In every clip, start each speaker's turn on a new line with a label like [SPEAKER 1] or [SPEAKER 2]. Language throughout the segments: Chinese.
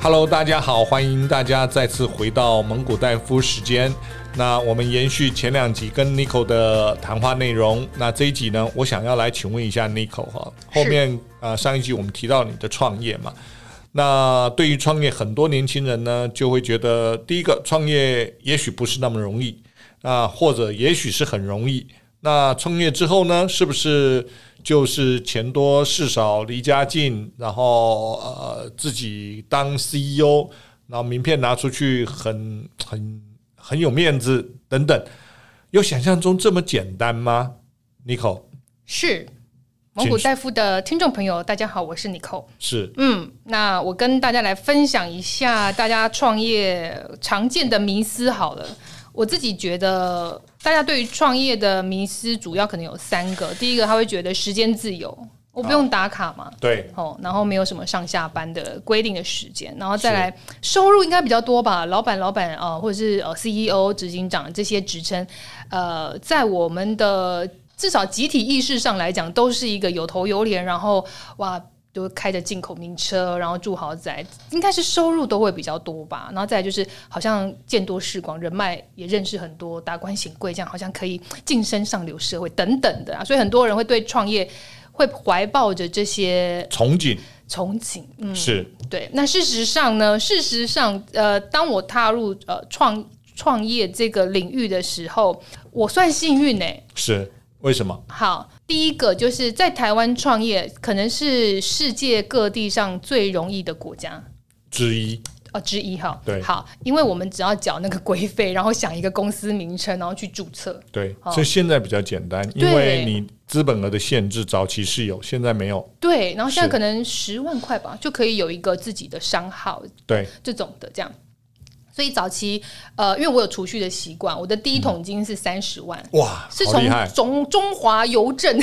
[SPEAKER 1] Hello，大家好，欢迎大家再次回到蒙古大夫时间。那我们延续前两集跟 Nico 的谈话内容，那这一集呢，我想要来请问一下 Nico 哈，后面啊、呃上一集我们提到你的创业嘛，那对于创业，很多年轻人呢就会觉得，第一个创业也许不是那么容易，啊、或者也许是很容易。那创业之后呢，是不是就是钱多事少、离家近，然后呃自己当 CEO，然后名片拿出去很很很有面子等等，有想象中这么简单吗？Nico
[SPEAKER 2] 是蒙古大夫的听众朋友，大家好，我是 Nicole。
[SPEAKER 1] 是
[SPEAKER 2] 嗯，那我跟大家来分享一下大家创业常见的迷思好了。我自己觉得，大家对于创业的迷思主要可能有三个。第一个，他会觉得时间自由，我不用打卡嘛，
[SPEAKER 1] 对
[SPEAKER 2] 哦，然后没有什么上下班的规定的时间，然后再来收入应该比较多吧，老板、老板啊、呃或者是呃 CEO、执行长这些职称，呃，在我们的至少集体意识上来讲，都是一个有头有脸，然后哇。就开着进口名车，然后住豪宅，应该是收入都会比较多吧。然后再来就是，好像见多识广，人脉也认识很多，达官显贵，这样好像可以晋升上流社会等等的啊。所以很多人会对创业会怀抱着这些
[SPEAKER 1] 憧憬，
[SPEAKER 2] 憧憬。嗯，
[SPEAKER 1] 是
[SPEAKER 2] 对。那事实上呢？事实上，呃，当我踏入呃创创业这个领域的时候，我算幸运呢、欸
[SPEAKER 1] 是，为什么？
[SPEAKER 2] 好，第一个就是在台湾创业，可能是世界各地上最容易的国家。
[SPEAKER 1] 之一
[SPEAKER 2] 哦，之一哈，
[SPEAKER 1] 对
[SPEAKER 2] 好，因为我们只要缴那个规费，然后想一个公司名称，然后去注册，
[SPEAKER 1] 对，
[SPEAKER 2] 哦
[SPEAKER 1] 所以现在比较简单，因
[SPEAKER 2] 对
[SPEAKER 1] 为你资本额的限制，早期是有，现在没有。
[SPEAKER 2] 对，然后现在
[SPEAKER 1] 是
[SPEAKER 2] 可能十万块吧，就可以有一个自己的商号，
[SPEAKER 1] 对，
[SPEAKER 2] 这种的这样。所以早期，呃，因为我有储蓄的习惯，我的第一桶金是三十万，
[SPEAKER 1] 哇，
[SPEAKER 2] 是
[SPEAKER 1] 好
[SPEAKER 2] 从
[SPEAKER 1] 厉害，
[SPEAKER 2] 中中华邮政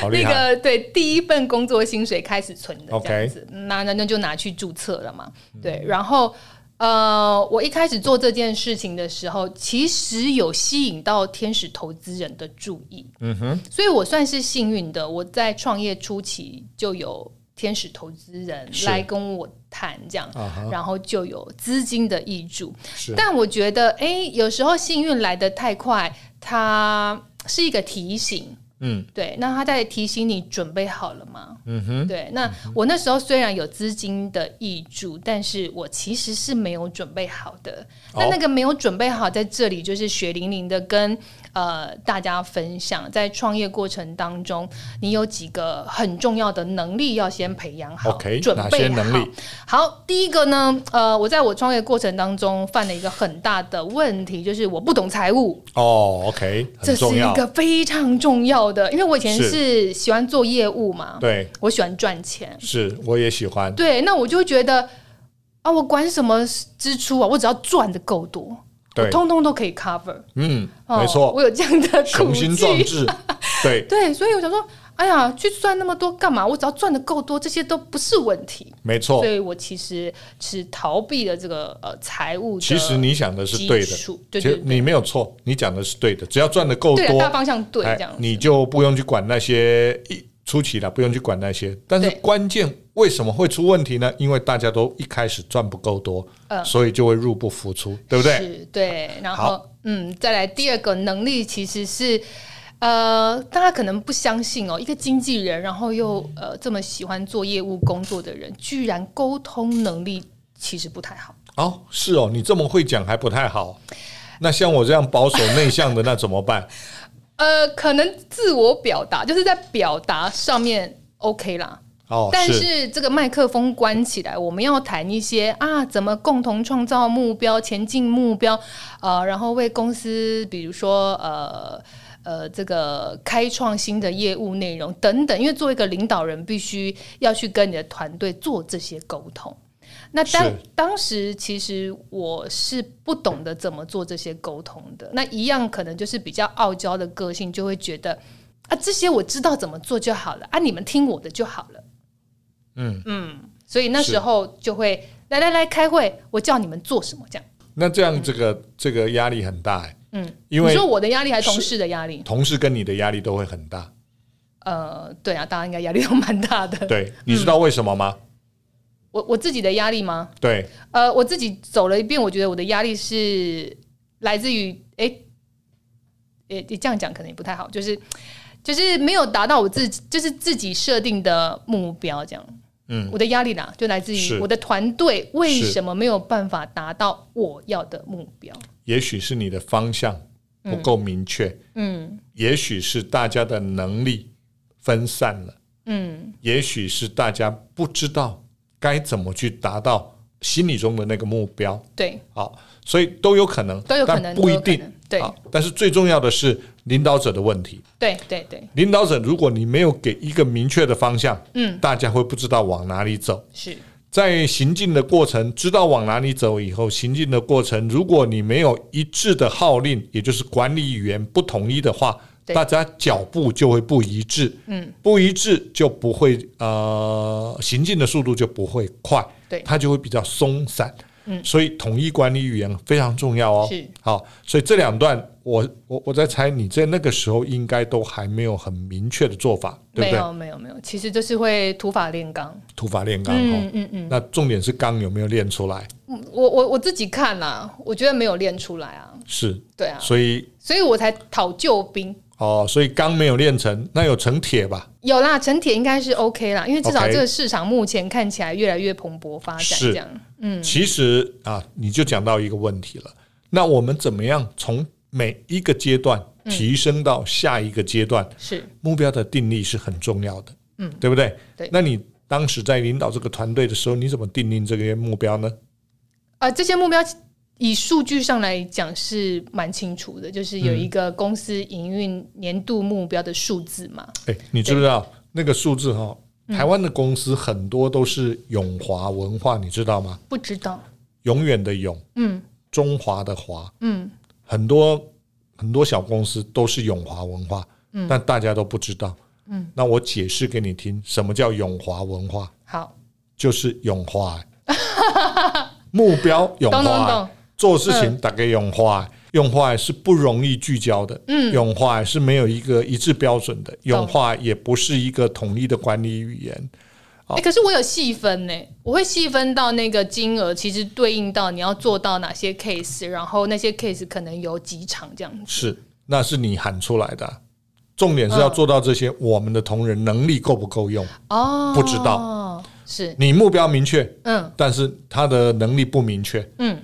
[SPEAKER 1] 好厉
[SPEAKER 2] 那
[SPEAKER 1] 害，
[SPEAKER 2] 个对第一份工作薪水开始存的
[SPEAKER 1] OK 嗯
[SPEAKER 2] 这样子，那那那就拿去注册了嘛。对，然后呃，我一开始做这件事情的时候，其实有吸引到天使投资人的注意，
[SPEAKER 1] 嗯哼，
[SPEAKER 2] 所以我算是幸运的，我在创业初期就有天使投资人
[SPEAKER 1] 是
[SPEAKER 2] 来跟我谈这样，
[SPEAKER 1] 啊哈，
[SPEAKER 2] 然后就有资金的益助。
[SPEAKER 1] 是
[SPEAKER 2] 但我觉得，哎、有时候幸运来得太快，它是一个提醒。
[SPEAKER 1] 嗯，
[SPEAKER 2] 对，那他在提醒你准备好了吗？
[SPEAKER 1] 嗯哼，
[SPEAKER 2] 对，那我那时候虽然有资金的益助，但是我其实是没有准备好的。那
[SPEAKER 1] 哦
[SPEAKER 2] 那个没有准备好，在这里就是血淋淋的跟呃大家分享，在创业过程当中，你有几个很重要的能力要先培养好
[SPEAKER 1] OK，
[SPEAKER 2] 准
[SPEAKER 1] 哪些
[SPEAKER 2] 备好。
[SPEAKER 1] 能力
[SPEAKER 2] 好，第一个呢，呃，我在我创业过程当中犯了一个很大的问题，就是我不懂财务。
[SPEAKER 1] 哦，OK，
[SPEAKER 2] 这
[SPEAKER 1] 很
[SPEAKER 2] 是
[SPEAKER 1] 重要
[SPEAKER 2] 一，个非常重要的，因为我以前
[SPEAKER 1] 是
[SPEAKER 2] 是喜欢做业务嘛，
[SPEAKER 1] 对，
[SPEAKER 2] 我喜欢赚钱，
[SPEAKER 1] 是，我也喜欢，
[SPEAKER 2] 对，那我就觉得啊，我管什么支出啊，我只要赚的够多，
[SPEAKER 1] 对，
[SPEAKER 2] 通通都可以 cover、哦
[SPEAKER 1] 嗯，没错，
[SPEAKER 2] 我有这样的苦
[SPEAKER 1] 雄心壮
[SPEAKER 2] 气，
[SPEAKER 1] 志，对，
[SPEAKER 2] 对，所以我想说，哎呀，去算那么多干嘛？我只要赚的够多，这些都不是问题。
[SPEAKER 1] 没错
[SPEAKER 2] 所，以我其实是逃避了这个呃财务的基
[SPEAKER 1] 其
[SPEAKER 2] 础，
[SPEAKER 1] 实你想的是对的，
[SPEAKER 2] 对
[SPEAKER 1] 其
[SPEAKER 2] 对
[SPEAKER 1] 实
[SPEAKER 2] 对，
[SPEAKER 1] 你没有错，你讲的是对的，只要赚的够
[SPEAKER 2] 对啊大
[SPEAKER 1] 多，哎
[SPEAKER 2] 方向对这样子。
[SPEAKER 1] 你就不用去管那些一初期了，不用去管那些，但是
[SPEAKER 2] 对
[SPEAKER 1] 关键为什么会出问题呢？因为大家都一开始赚不够多，
[SPEAKER 2] 嗯
[SPEAKER 1] 所以就会入不敷出，对不对？
[SPEAKER 2] 是，对。然后，嗯，再来第二个能力其实是，呃，大家可能不相信哦，一个经纪人，然后又呃这么喜欢做业务工作的人，居然沟通能力其实不太好。
[SPEAKER 1] 哦，是哦，你这么会讲还不太好，那像我这样保守内向的那怎么办？
[SPEAKER 2] 呃，可能自我表达就是在表达上面 OK 啦，
[SPEAKER 1] 哦，
[SPEAKER 2] 但是这个麦克风关起来，我们要谈一些啊，怎么共同创造目标、前进目标，呃，然后为公司，比如说呃呃，这个开创新的业务内容等等。因为作为一个领导人，必须要去跟你的团队做这些沟通。那当
[SPEAKER 1] 是
[SPEAKER 2] 当时其实我是不懂得怎么做这些沟通的，那一样可能就是比较傲娇的个性，就会觉得啊，这些我知道怎么做就好了啊，你们听我的就好了。
[SPEAKER 1] 嗯
[SPEAKER 2] 嗯，所以那时候就会来来来开会，我叫你们做什么这样。
[SPEAKER 1] 那这样这个、这个压力很大、欸，
[SPEAKER 2] 嗯，
[SPEAKER 1] 因为
[SPEAKER 2] 你说我的压力还是同事的压力？
[SPEAKER 1] 同事跟你的压力都会很大。
[SPEAKER 2] 呃，对啊，大家应该压力都蛮大的。
[SPEAKER 1] 对，你知道为什么吗？
[SPEAKER 2] 我我自己的压力吗？
[SPEAKER 1] 对，
[SPEAKER 2] 呃，我自己走了一遍，我觉得我的压力是来自于，哎、诶诶这样讲可能也不太好，就是就是没有达到我自己，就是自己设定的目标，这样。
[SPEAKER 1] 嗯，
[SPEAKER 2] 我的压力啦，就来自
[SPEAKER 1] 是
[SPEAKER 2] 于我的团队为
[SPEAKER 1] 是
[SPEAKER 2] 什么没有办法达到我要的目标？
[SPEAKER 1] 也许是你的方向不够明确，
[SPEAKER 2] 嗯
[SPEAKER 1] 也许是大家的能力分散了，
[SPEAKER 2] 嗯，
[SPEAKER 1] 也许是大家不知道该怎么去达到心里中的那个目标。
[SPEAKER 2] 对，
[SPEAKER 1] 好，所以都有可能，
[SPEAKER 2] 都有可能，
[SPEAKER 1] 但不一
[SPEAKER 2] 都有可
[SPEAKER 1] 定
[SPEAKER 2] 能。对
[SPEAKER 1] 好，但是最重要的是领导者的问题。
[SPEAKER 2] 对对对，
[SPEAKER 1] 领导者，如果你没有给一个明确的方向，
[SPEAKER 2] 嗯，
[SPEAKER 1] 大家会不知道往哪里走。
[SPEAKER 2] 是
[SPEAKER 1] 在行进的过程，知道往哪里走以后，行进的过程，如果你没有一致的号令，也就是管理语言不统一的话，
[SPEAKER 2] 对
[SPEAKER 1] 大家脚步就会不一致。
[SPEAKER 2] 嗯，
[SPEAKER 1] 不一致就不会呃，行进的速度就不会快，
[SPEAKER 2] 对
[SPEAKER 1] 它就会比较松散。
[SPEAKER 2] 嗯
[SPEAKER 1] 所以统一管理语言非常重要哦。
[SPEAKER 2] 是，
[SPEAKER 1] 好，所以这两段我我我在猜，你在那个时候应该都还没有很明确的做法，对
[SPEAKER 2] 没
[SPEAKER 1] 不对？
[SPEAKER 2] 有没有没有，其实就是会土法炼钢。
[SPEAKER 1] 土法炼钢哦。
[SPEAKER 2] 嗯嗯嗯，
[SPEAKER 1] 那重点是钢有没有练出来？
[SPEAKER 2] 嗯我我我自己看啦，我觉得没有练出来啊，
[SPEAKER 1] 是，
[SPEAKER 2] 对啊，
[SPEAKER 1] 所以
[SPEAKER 2] 所以我才讨救兵。
[SPEAKER 1] 哦，所以钢没有练成，那有成铁吧？
[SPEAKER 2] 有啦，成铁应该是 OK 啦，因为至少
[SPEAKER 1] OK
[SPEAKER 2] 这个市场目前看起来越来越蓬勃发展，
[SPEAKER 1] 是
[SPEAKER 2] 这样。嗯，
[SPEAKER 1] 其实啊，你就讲到一个问题了。那我们怎么样从每一个阶段
[SPEAKER 2] 嗯
[SPEAKER 1] 提升到下一个阶段？
[SPEAKER 2] 是
[SPEAKER 1] 目标的定力是很重要的，
[SPEAKER 2] 嗯，
[SPEAKER 1] 对不对？
[SPEAKER 2] 对
[SPEAKER 1] 那你当时在领导这个团队的时候，你怎么定定这个目标呢？
[SPEAKER 2] 啊、呃这些目标以数据上来讲是蛮清楚的，就是有一个公司营运年度目标的数字嘛。
[SPEAKER 1] 哎，你知不知道那个数字哈、
[SPEAKER 2] 嗯
[SPEAKER 1] 台湾的公司很多都是永华文化，你知道吗？
[SPEAKER 2] 不知道，
[SPEAKER 1] 永远的永，
[SPEAKER 2] 嗯
[SPEAKER 1] 中华的华，
[SPEAKER 2] 嗯，
[SPEAKER 1] 很多很多小公司都是永华文化，嗯，但大家都不知道，嗯。那我解释给你听，什么叫永华文化？
[SPEAKER 2] 好，
[SPEAKER 1] 就是永华、 目标永华、
[SPEAKER 2] 懂懂懂，嗯
[SPEAKER 1] 做事情大概用化，用化是不容易聚焦的，嗯，用化是没有一个一致标准的，用化也不是一个统一的管理语言，
[SPEAKER 2] 哎、可是我有细分呢、我会细分到那个金额，其实对应到你要做到哪些 case，然后那些 case 可能有几场这样子。
[SPEAKER 1] 是，那是你喊出来的啊、重点是要做到这些，我们的同仁能力够不够用？
[SPEAKER 2] 哦，
[SPEAKER 1] 不知
[SPEAKER 2] 道，是，
[SPEAKER 1] 你目标明确，
[SPEAKER 2] 嗯
[SPEAKER 1] 但是他的能力不明确，
[SPEAKER 2] 嗯，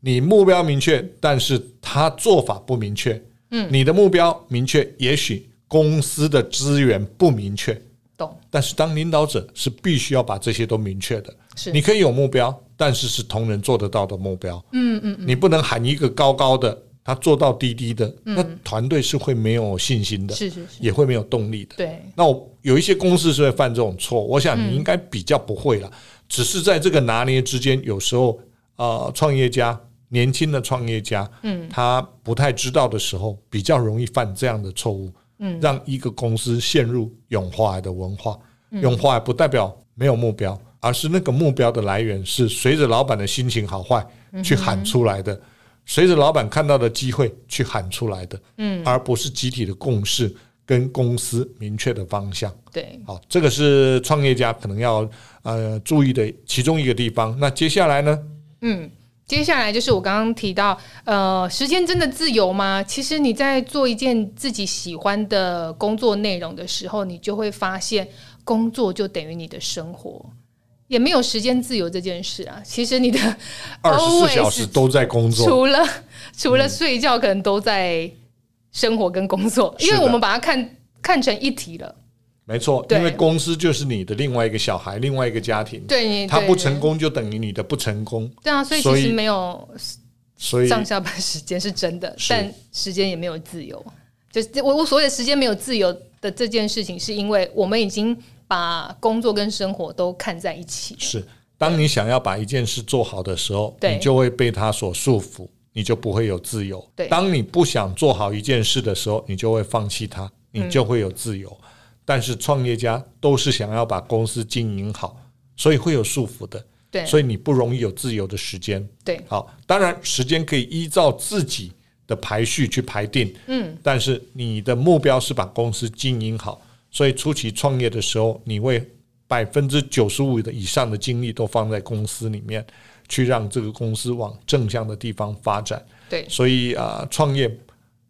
[SPEAKER 1] 你目标明确，但是他做法不明确，嗯，你的目标明确，也许公司的资源不明确，
[SPEAKER 2] 懂，
[SPEAKER 1] 但是当领导者是必须要把这些都明确的。
[SPEAKER 2] 是
[SPEAKER 1] 你可以有目标，但是是同仁做得到的目标。嗯嗯你不能喊一个高高的，他做到低低的，那团队是会没有信心的，
[SPEAKER 2] 是是是，
[SPEAKER 1] 也会没有动力的。
[SPEAKER 2] 对，
[SPEAKER 1] 那我有一些公司是会犯这种错，我想你应该比较不会了，只是在这个拿捏之间，有时候呃，创业家年轻的创业家，嗯，他不太知道的时候，比较容易犯这样的错误，嗯，让一个公司陷入永化的文化。永化不代表没有目标，而是那个目标的来源是随着老板的心情好坏去喊出来的。随着老板看到的机会去喊出来的，嗯，而不是集体的共识跟公司明确的方向。
[SPEAKER 2] 对，
[SPEAKER 1] 好，这个是创业家可能要呃注意的其中一个地方。那接下来呢？
[SPEAKER 2] 嗯。接下来就是我刚刚提到，呃，时间真的自由吗？其实你在做一件自己喜欢的工作内容的时候，你就会发现，工作就等于你的生活，也没有时间自由这件事啊。其实你的
[SPEAKER 1] 二十四
[SPEAKER 2] always
[SPEAKER 1] 小时都在工作，嗯
[SPEAKER 2] 除了除了睡觉，可能都在生活跟工作，
[SPEAKER 1] 是的
[SPEAKER 2] 因为我们把它看看成一体了。
[SPEAKER 1] 没错，
[SPEAKER 2] 对
[SPEAKER 1] 因为公司就是你的另外一个小孩，另外一个家庭，
[SPEAKER 2] 对，你
[SPEAKER 1] 他
[SPEAKER 2] 对
[SPEAKER 1] 不成功就等于你的不成功，
[SPEAKER 2] 对啊，所以
[SPEAKER 1] 所
[SPEAKER 2] 其
[SPEAKER 1] 以
[SPEAKER 2] 实没有
[SPEAKER 1] 所以
[SPEAKER 2] 上下班时间是真的，
[SPEAKER 1] 是
[SPEAKER 2] 但时间也没有自由。就是我我所谓的时间没有自由的这件事情，是因为我们已经把工作跟生活都看在一起了。
[SPEAKER 1] 是当你想要把一件事做好的时候，
[SPEAKER 2] 对
[SPEAKER 1] 你就会被它所束缚，你就不会有自由。
[SPEAKER 2] 对
[SPEAKER 1] 当你不想做好一件事的时候，你就会放弃它，
[SPEAKER 2] 嗯
[SPEAKER 1] 你就会有自由。但是创业家都是想要把公司经营好，所以会有束缚的，
[SPEAKER 2] 对
[SPEAKER 1] 所以你不容易有自由的时间。
[SPEAKER 2] 对，
[SPEAKER 1] 好，当然时间可以依照自己的排序去排定，
[SPEAKER 2] 嗯，
[SPEAKER 1] 但是你的目标是把公司经营好，所以初期创业的时候，你会百分之九十五的以上的精力都放在公司里面，去让这个公司往正向的地方发展。
[SPEAKER 2] 对，
[SPEAKER 1] 所以啊、呃创业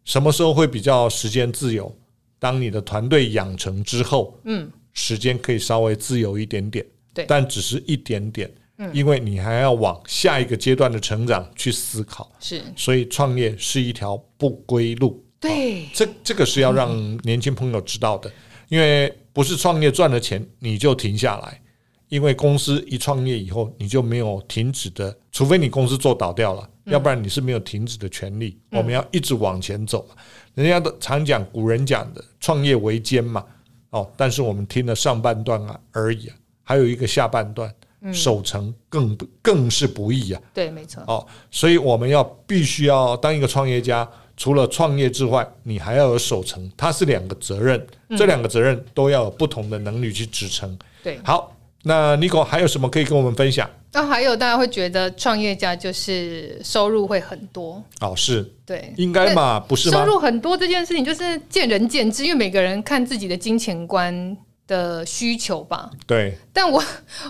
[SPEAKER 1] 什么时候会比较时间自由？当你的团队养成之后，
[SPEAKER 2] 嗯，
[SPEAKER 1] 时间可以稍微自由一点点，
[SPEAKER 2] 对
[SPEAKER 1] 但只是一点点，嗯，因为你还要往下一个阶段的成长去思考，
[SPEAKER 2] 是
[SPEAKER 1] 所以创业是一条不归路。
[SPEAKER 2] 对，
[SPEAKER 1] 这这个是要让年轻朋友知道的，因为不是创业赚了钱你就停下来，因为公司一创业以后你就没有停止的，除非你公司做倒掉了，要不然你是没有停止的权利。我们要一直往前走嘛，人家都常讲古人讲的“创业维艰”嘛，哦，但是我们听了上半段啊而已啊，还有一个下半段，守成更不更是不易啊。
[SPEAKER 2] 对，没错，
[SPEAKER 1] 哦，所以我们要必须要当一个创业家，除了创业之外，你还要有守成，它是两个责任，
[SPEAKER 2] 嗯
[SPEAKER 1] 这两个责任都要有不同的能力去支撑。
[SPEAKER 2] 对。
[SPEAKER 1] 好，那 Nico 还有什么可以跟我们分享？
[SPEAKER 2] 那哦还有大家会觉得创业家就是收入会很多，
[SPEAKER 1] 哦，是
[SPEAKER 2] 对，
[SPEAKER 1] 应该嘛，不是
[SPEAKER 2] 收
[SPEAKER 1] 吗？
[SPEAKER 2] 入很多这件事情就是见仁见智，因为每个人看自己的金钱观的需求吧。
[SPEAKER 1] 对，
[SPEAKER 2] 但我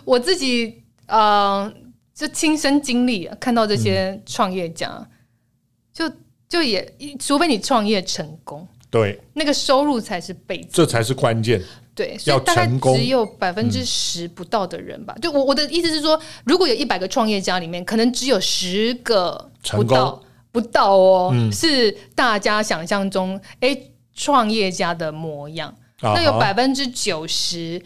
[SPEAKER 2] 我自己，呃，就亲身经历啊看到这
[SPEAKER 1] 嗯
[SPEAKER 2] 些创业家，就就也除非你创业成功，
[SPEAKER 1] 对，
[SPEAKER 2] 那个收入才是倍增。
[SPEAKER 1] 这才是关键。
[SPEAKER 2] 对，所以大概只有
[SPEAKER 1] 嗯
[SPEAKER 2] 百分之十不到的人吧。就我我的意思是说，如果有一百个创业家里面，可能只有十个不
[SPEAKER 1] 成
[SPEAKER 2] 到
[SPEAKER 1] 功嗯
[SPEAKER 2] 不到哦，是大家想象中哎创业家的模样。
[SPEAKER 1] 啊
[SPEAKER 2] 那有
[SPEAKER 1] 哈
[SPEAKER 2] 百分之九十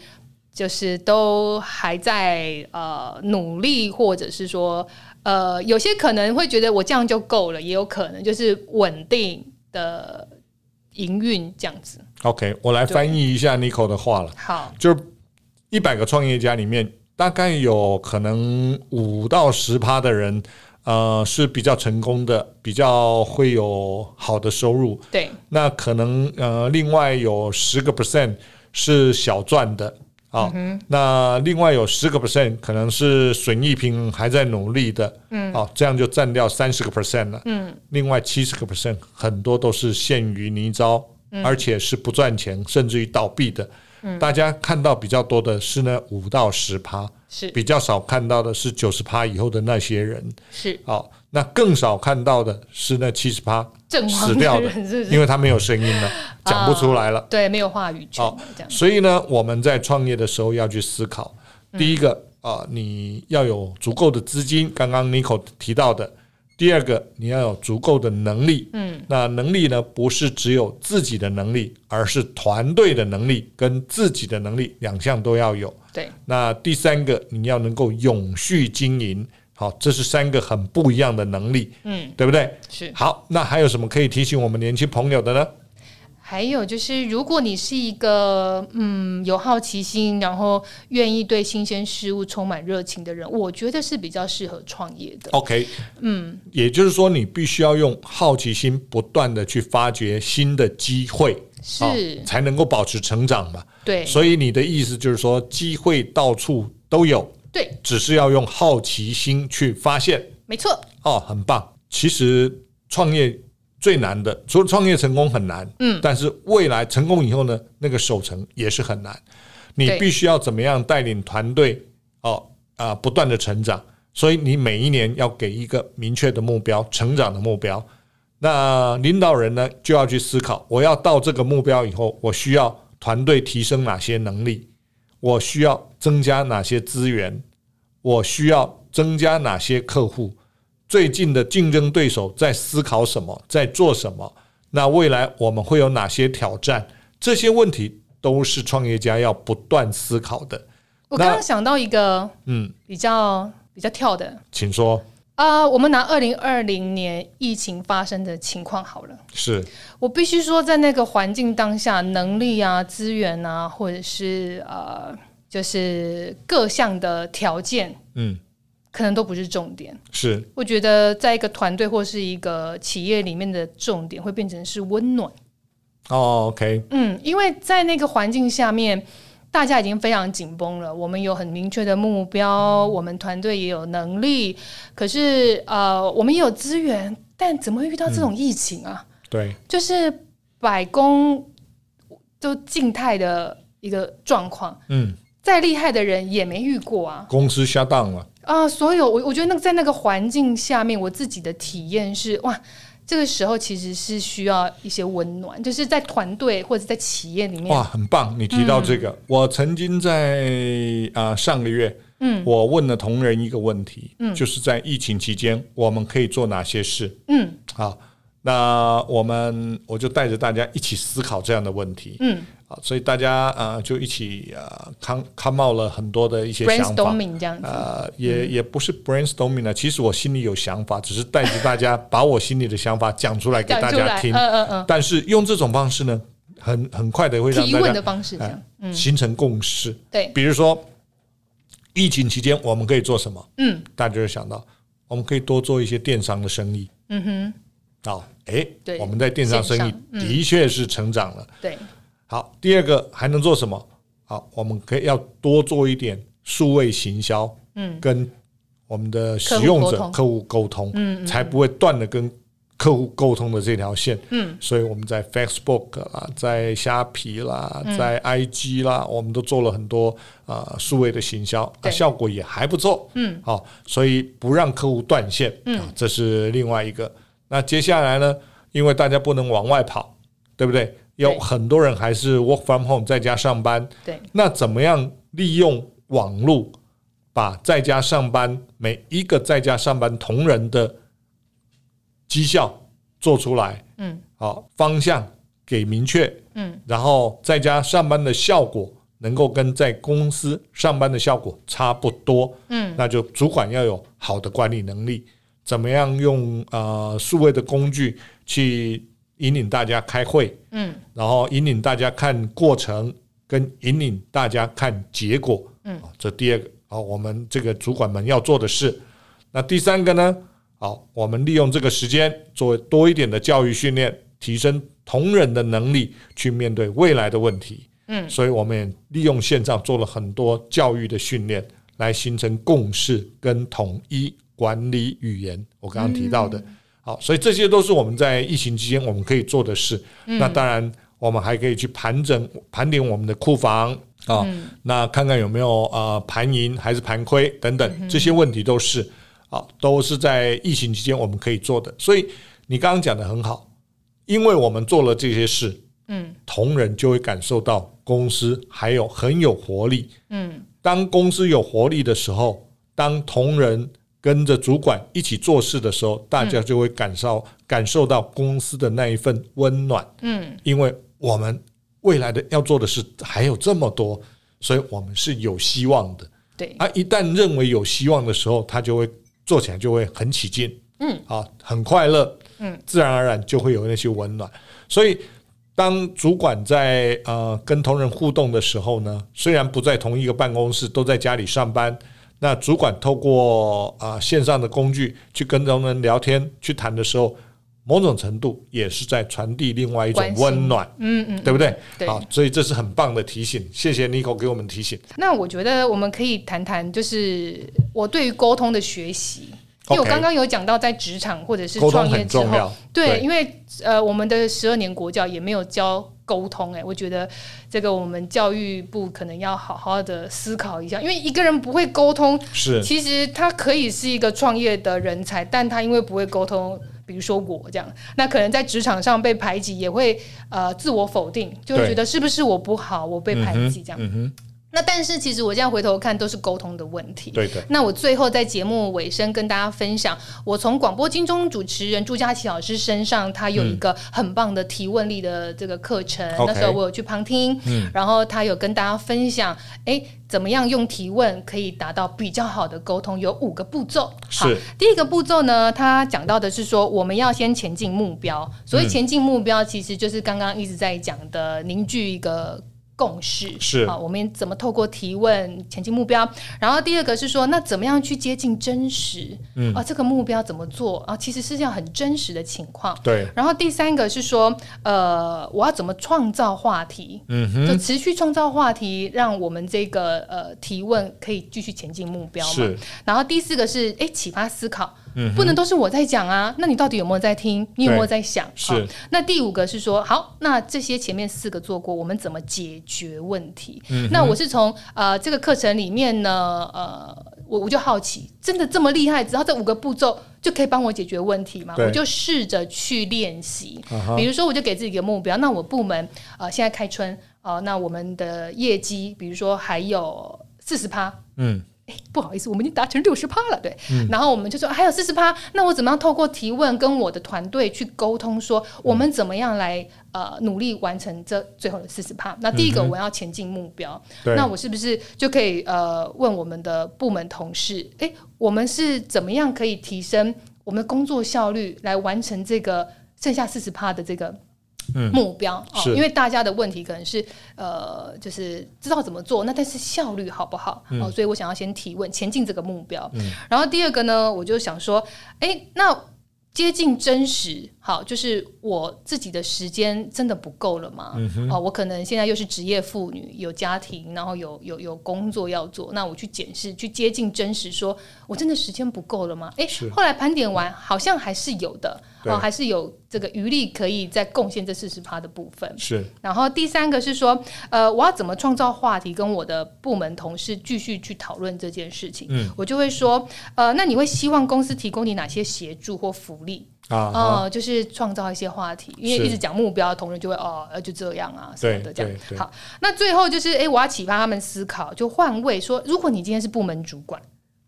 [SPEAKER 2] 就是都还在呃努力，或者是说呃有些可能会觉得我这样就够了，也有可能就是稳定的营运这样子。
[SPEAKER 1] OK，我来
[SPEAKER 2] 对
[SPEAKER 1] 翻译一下 Nico 的话了。
[SPEAKER 2] 好，
[SPEAKER 1] 就是一百个创业家里面，大概有可能五到十趴的人，呃，是比较成功的，比较会有好的收入。
[SPEAKER 2] 对
[SPEAKER 1] 那可能呃，另外有十个 percent 是小赚的啊、那另外有十个 percent 可能是损益平衡还在努力的，嗯，啊，这样就占掉三十个 percent 了，嗯，另外七十个 percent 很多都是陷于泥沼，而且是不赚钱，甚至于倒闭的。大家看到比较多的是呢五到十趴，
[SPEAKER 2] 是
[SPEAKER 1] 比较少看到的是九十趴以后的那些人，
[SPEAKER 2] 是
[SPEAKER 1] 哦，那更少看到的是那七十趴
[SPEAKER 2] 阵亡
[SPEAKER 1] 死掉
[SPEAKER 2] 的
[SPEAKER 1] 的，
[SPEAKER 2] 人是不啊是？
[SPEAKER 1] 因为他没有声音 了，讲不出来了。
[SPEAKER 2] 对，没有话语权
[SPEAKER 1] 好
[SPEAKER 2] 这样。
[SPEAKER 1] 所以呢，我们在创业的时候要去思考，
[SPEAKER 2] 嗯
[SPEAKER 1] 第一个啊、你要有足够的资金，刚刚 Nico 提到的；第二个，你要有足够的能力。嗯，那能力呢，不是只有自己的能力，而是团队的能力跟自己的能力两项都要有。
[SPEAKER 2] 对，
[SPEAKER 1] 那第三个，你要能够永续经营。好，这是三个很不一样的能力，
[SPEAKER 2] 嗯，
[SPEAKER 1] 对不对？
[SPEAKER 2] 是。
[SPEAKER 1] 好，那还有什么可以提醒我们年轻朋友的呢？
[SPEAKER 2] 还有就是，如果你是一个嗯有好奇心，然后愿意对新鲜事物充满热情的人，我觉得是比较适合创业的。
[SPEAKER 1] OK，嗯，也就是说，你必须要用好奇心不断的去发掘新的机会，
[SPEAKER 2] 是
[SPEAKER 1] 哦才能够保持成长嘛。
[SPEAKER 2] 对
[SPEAKER 1] 所以你的意思就是说，机会到处都有，
[SPEAKER 2] 对，
[SPEAKER 1] 只是要用好奇心去发现。
[SPEAKER 2] 没错，
[SPEAKER 1] 哦，很棒。其实创业最难的，除了创业成功很难，嗯，但是未来成功以后呢，那个守成也是很难。你
[SPEAKER 2] 对
[SPEAKER 1] 必须要怎么样带领团队哦啊、不断的成长，所以你每一年要给一个明确的目标，成长的目标。那领导人呢，就要去思考，我要到这个目标以后，我需要团队提升哪些能力，我需要增加哪些资源，我需要增加哪些客户，最近的竞争对手在思考什么，在做什么？那未来我们会有哪些挑战？这些问题都是创业家要不断思考的。
[SPEAKER 2] 我
[SPEAKER 1] 那
[SPEAKER 2] 刚刚想到一个
[SPEAKER 1] 嗯，
[SPEAKER 2] 比较比较跳的，
[SPEAKER 1] 请说，
[SPEAKER 2] 啊，我们拿二零二零年疫情发生的情况好了。
[SPEAKER 1] 是
[SPEAKER 2] 我必须说，在那个环境当下，能力啊、资源啊，或者是呃，就是各项的条件，
[SPEAKER 1] 嗯，
[SPEAKER 2] 可能都不是重点。
[SPEAKER 1] 是
[SPEAKER 2] 我觉得，在一个团队或是一个企业里面的重点，会变成是温暖。
[SPEAKER 1] 哦，OK，
[SPEAKER 2] 嗯，因为在那个环境下面，大家已经非常紧绷了。我们有很明确的目标，我们团队也有能力，可是呃，我们也有资源，但怎么会遇到这种疫情啊？
[SPEAKER 1] 对，
[SPEAKER 2] 就是百工都静态的一个状况。
[SPEAKER 1] 嗯，
[SPEAKER 2] 再厉害的人也没遇过啊。
[SPEAKER 1] 公司下档了，
[SPEAKER 2] 啊、所有我我觉得那个在那个环境下面，我自己的体验是哇，这个时候其实是需要一些温暖，就是在团队或者在企业里面，嗯
[SPEAKER 1] 哇，很棒！你提到这个，我曾经在啊、呃上个月，嗯，我问了同仁一个问题，嗯，就是在疫情期间我们可以做哪些事？
[SPEAKER 2] 嗯
[SPEAKER 1] 好，那我们我就带着大家一起思考这样的问题，
[SPEAKER 2] 嗯
[SPEAKER 1] 啊，所以大家啊、呃就一起啊康康茂了很多的一些想法。
[SPEAKER 2] ，brainstorming 嗯这样子，
[SPEAKER 1] 呃，也也不是 brainstorming 呢，其实我心里有想法，只是带着大 家把我心里的想法讲出来给
[SPEAKER 2] 讲
[SPEAKER 1] 大
[SPEAKER 2] 出
[SPEAKER 1] 家
[SPEAKER 2] 来，
[SPEAKER 1] 听
[SPEAKER 2] 嗯。嗯嗯，
[SPEAKER 1] 但是用这种方式呢，很很快的会让
[SPEAKER 2] 提
[SPEAKER 1] 大
[SPEAKER 2] 问
[SPEAKER 1] 家
[SPEAKER 2] 的嗯方式这样，
[SPEAKER 1] 呃形成共识。
[SPEAKER 2] 对，
[SPEAKER 1] 比如说，疫情期间我们可以做什么？
[SPEAKER 2] 嗯，
[SPEAKER 1] 大家就想到我们可以多做一些电商的生意。嗯哼，好，哎
[SPEAKER 2] 对，
[SPEAKER 1] 我们在电商生
[SPEAKER 2] 线
[SPEAKER 1] 意
[SPEAKER 2] 上嗯
[SPEAKER 1] 的确是成长了。
[SPEAKER 2] 对，
[SPEAKER 1] 好，第二个还能做什么？好，我们可以要多做一点数位行销，嗯，跟我们的使用者
[SPEAKER 2] 客户沟通
[SPEAKER 1] 客户沟通，嗯，才不会断了跟客户沟通的这条线，嗯，所以我们在 Facebook 啦，在虾皮啦，在 IG 啦，我们都做了很多啊数、位的行销、啊，
[SPEAKER 2] 对
[SPEAKER 1] 效果也还不错，嗯，好、所以不让客户断线，嗯、这是另外一个。那接下来呢，因为大家不能往外跑，对不对？有
[SPEAKER 2] 对
[SPEAKER 1] 很多人还是 work from home 在家上班，
[SPEAKER 2] 对，
[SPEAKER 1] 那怎么样利用网络，把在家上班每一个在家上班同仁的绩效做出来？
[SPEAKER 2] 嗯，
[SPEAKER 1] 好，方向给明确，
[SPEAKER 2] 嗯，
[SPEAKER 1] 然后在家上班的效果能够跟在公司上班的效果差不多，
[SPEAKER 2] 嗯，
[SPEAKER 1] 那就主管要有好的管理能力，怎么样用呃数位的工具去引领大家开会，
[SPEAKER 2] 嗯，
[SPEAKER 1] 然后引领大家看过程，跟引领大家看结果，嗯，这第二个好，我们这个主管们要做的事。那第三个呢？好，我们利用这个时间做多一点的教育训练，提升同仁的能力，去面对未来的问题。
[SPEAKER 2] 嗯，
[SPEAKER 1] 所以我们也利用线上做了很多教育的训练，来形成共识跟统一管理语言。我刚刚提到的，好，所以这些都是我们在疫情期间我们可以做的事。那当然，我们还可以去盘整盘点我们的库房啊，那看看有没有呃盘盈还是盘亏等等这些问题都是啊，都是在疫情期间我们可以做的。所以你刚刚讲的很好，因为我们做了这些事，
[SPEAKER 2] 嗯，
[SPEAKER 1] 同仁就会感受到公司还有很有活力。
[SPEAKER 2] 嗯，
[SPEAKER 1] 当公司有活力的时候，当同仁跟着主管一起做事的时候，大家就会感受、感受到公司的那一份温暖。
[SPEAKER 2] 嗯，
[SPEAKER 1] 因为我们未来的要做的事还有这么多，所以我们是有希望的。
[SPEAKER 2] 对，
[SPEAKER 1] 啊，一旦认为有希望的时候，他就会做起来就会很起劲，
[SPEAKER 2] 嗯，
[SPEAKER 1] 啊，很快乐，
[SPEAKER 2] 嗯，
[SPEAKER 1] 自然而然就会有那些温暖。所以，当主管在呃跟同仁互动的时候呢，虽然不在同一个办公室，都在家里上班。那主管透过啊、呃线上的工具去跟同仁聊天、去谈的时候，某种程度也是在传递另外一种
[SPEAKER 2] 关心
[SPEAKER 1] 温暖，
[SPEAKER 2] 嗯嗯，
[SPEAKER 1] 对不对？
[SPEAKER 2] 对
[SPEAKER 1] 好，所以这是很棒的提醒，谢谢 Nico 给我们提醒。
[SPEAKER 2] 那我觉得我们可以谈谈，就是我对于沟通的学习。因为我
[SPEAKER 1] OK
[SPEAKER 2] 刚刚有讲到，在职场或者是
[SPEAKER 1] 沟
[SPEAKER 2] 创
[SPEAKER 1] 通
[SPEAKER 2] 业
[SPEAKER 1] 很
[SPEAKER 2] 之
[SPEAKER 1] 重
[SPEAKER 2] 后，
[SPEAKER 1] 要，
[SPEAKER 2] 对，因为呃，我们的十二年国教也没有教沟通、哎，我觉得这个我们教育部可能要好好的思考一下，因为一个人不会沟通，
[SPEAKER 1] 是
[SPEAKER 2] 其实他可以是一个创业的人才，但他因为不会沟通，比如说我这样，那可能在职场上被排挤，也会呃自我否定，就会
[SPEAKER 1] 对嗯
[SPEAKER 2] 觉得是不是我不好，我被排挤这样。那但是其实我这样回头看，都是沟通的问题。
[SPEAKER 1] 对的，
[SPEAKER 2] 那我最后在节目尾声跟大家分享，我从广播金钟主持人朱佳琪老师身上，他有一个很棒的提问力的这个课程。
[SPEAKER 1] OK 嗯
[SPEAKER 2] 那时候我有去旁听，然后他有跟大家分享，哎，怎么样用提问可以达到比较好的沟通，有五个步骤。好
[SPEAKER 1] 是
[SPEAKER 2] 第一个步骤呢，他讲到的是说，我们要先前进目标。所
[SPEAKER 1] 嗯
[SPEAKER 2] 谓前进目标，其实就是刚刚一直在讲的凝聚一个共识。
[SPEAKER 1] 是
[SPEAKER 2] 啊，我们怎么透过提问前进目标？然后第二个是说，那怎么样去接近真实？嗯，啊，这个目标怎么做啊？其实是要很真实的情况。
[SPEAKER 1] 对，
[SPEAKER 2] 然后第三个是说，呃，我要怎么创造话题？
[SPEAKER 1] 嗯哼，
[SPEAKER 2] 就持续创造话题，让我们这个呃提问可以继续前进目标嘛。
[SPEAKER 1] 是嗯
[SPEAKER 2] 然后第四个是诶启发思考，不能都是我在讲啊。那你到底有没有在听？你有没有
[SPEAKER 1] 对
[SPEAKER 2] 在想？
[SPEAKER 1] 是
[SPEAKER 2] 好那第五个是说，好，那这些前面四个做过，我们怎么解决问题？
[SPEAKER 1] 嗯
[SPEAKER 2] 那我是从呃这个课程里面呢，呃，我我就好奇，真的这么厉害？只要这五个步骤就可以帮我解决问题吗？
[SPEAKER 1] 对
[SPEAKER 2] 我就试着去练习。
[SPEAKER 1] 啊哈
[SPEAKER 2] 比如说，我就给自己一个目标，那我部门呃现在开春呃，那我们的业绩，比如说还有四十趴，
[SPEAKER 1] 嗯，
[SPEAKER 2] 不好意思，我们已经达成六十趴了，对。然后我们就说哎还有四十趴，那我怎么样透过提问跟我的团队去沟通说，
[SPEAKER 1] 嗯
[SPEAKER 2] 我们怎么样来呃努力完成这最后的四十趴？那第一个我要前进目标，
[SPEAKER 1] 嗯对
[SPEAKER 2] 那我是不是就可以呃问我们的部门同事，诶，我们是怎么样可以提升我们的工作效率来完成这个剩下四十趴的这个？目标哦，
[SPEAKER 1] 嗯是
[SPEAKER 2] 因为大家的问题可能是呃，就是知道怎么做，那但是效率好不好？
[SPEAKER 1] 嗯
[SPEAKER 2] 哦，所以我想要先提问前进这个目标。然后第二个呢，我就想说，诶，那接近真实，好，就是我自己的时间真的不够了吗？
[SPEAKER 1] 嗯
[SPEAKER 2] 哦，我可能现在又是职业妇女，有家庭，然后有有有工作要做，那我去检视，去接近真实说，我真的时间不够了吗？诶，
[SPEAKER 1] 是
[SPEAKER 2] 后来盘点完，好像还是有的，
[SPEAKER 1] 对
[SPEAKER 2] 哦，还是有这个余力可以再贡献这四十趴的部分。
[SPEAKER 1] 是
[SPEAKER 2] 然后第三个是说，呃，我要怎么创造话题，跟我的部门同事继续去讨论这件事情。
[SPEAKER 1] 嗯
[SPEAKER 2] 我就会说，呃，那你会希望公司提供你哪些协助或福利？
[SPEAKER 1] 啊哈，
[SPEAKER 2] 呃，就是创造一些话题，因为
[SPEAKER 1] 是
[SPEAKER 2] 一直讲目标，同仁就会哦，呃就这样啊什么的
[SPEAKER 1] 对
[SPEAKER 2] 这样
[SPEAKER 1] 对。对
[SPEAKER 2] 好，那最后就是，诶，我要启发他们思考，就换位说，如果你今天是部门主管，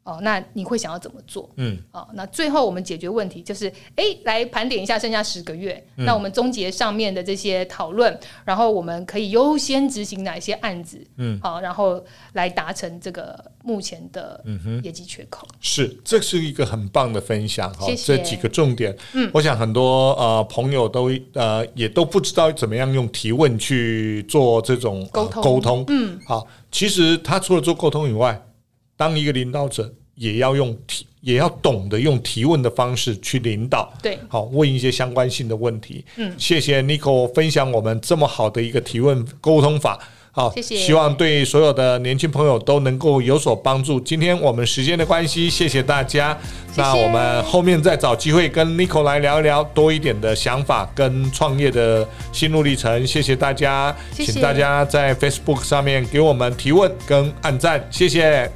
[SPEAKER 2] 哦，那你会想要怎么做？
[SPEAKER 1] 嗯，
[SPEAKER 2] 哦，那最后我们解决问题就是，诶，来盘点一下剩下十个月，
[SPEAKER 1] 嗯
[SPEAKER 2] 那我们终结上面的这些讨论，然后我们可以优先执行哪一些案子，
[SPEAKER 1] 嗯，
[SPEAKER 2] 好、然后来达成这个目前的
[SPEAKER 1] 嗯
[SPEAKER 2] 业绩缺口。
[SPEAKER 1] 是，这是一个很棒的分享哈。
[SPEAKER 2] 谢谢
[SPEAKER 1] 这几个重点，嗯，我想很多呃朋友都呃也都不知道怎么样用提问去做这种呃
[SPEAKER 2] 沟通
[SPEAKER 1] 沟通，嗯，好，其实他除了做沟通以外，当一个领导者也要用提，也要懂得用提问的方式去领导，
[SPEAKER 2] 对，
[SPEAKER 1] 好问一些相关性的问题。嗯，谢谢 Nico 分享我们这么好的一个提问沟通法。好，
[SPEAKER 2] 谢谢
[SPEAKER 1] 希望对所有的年轻朋友都能够有所帮助。今天我们时间的关系，谢谢大家。
[SPEAKER 2] 谢谢
[SPEAKER 1] 那我们后面再找机会跟 Nico 来聊一聊多一点的想法跟创业的心路历程。谢谢大家，
[SPEAKER 2] 谢谢
[SPEAKER 1] 请大家在 Facebook 上面给我们提问跟按赞，谢谢，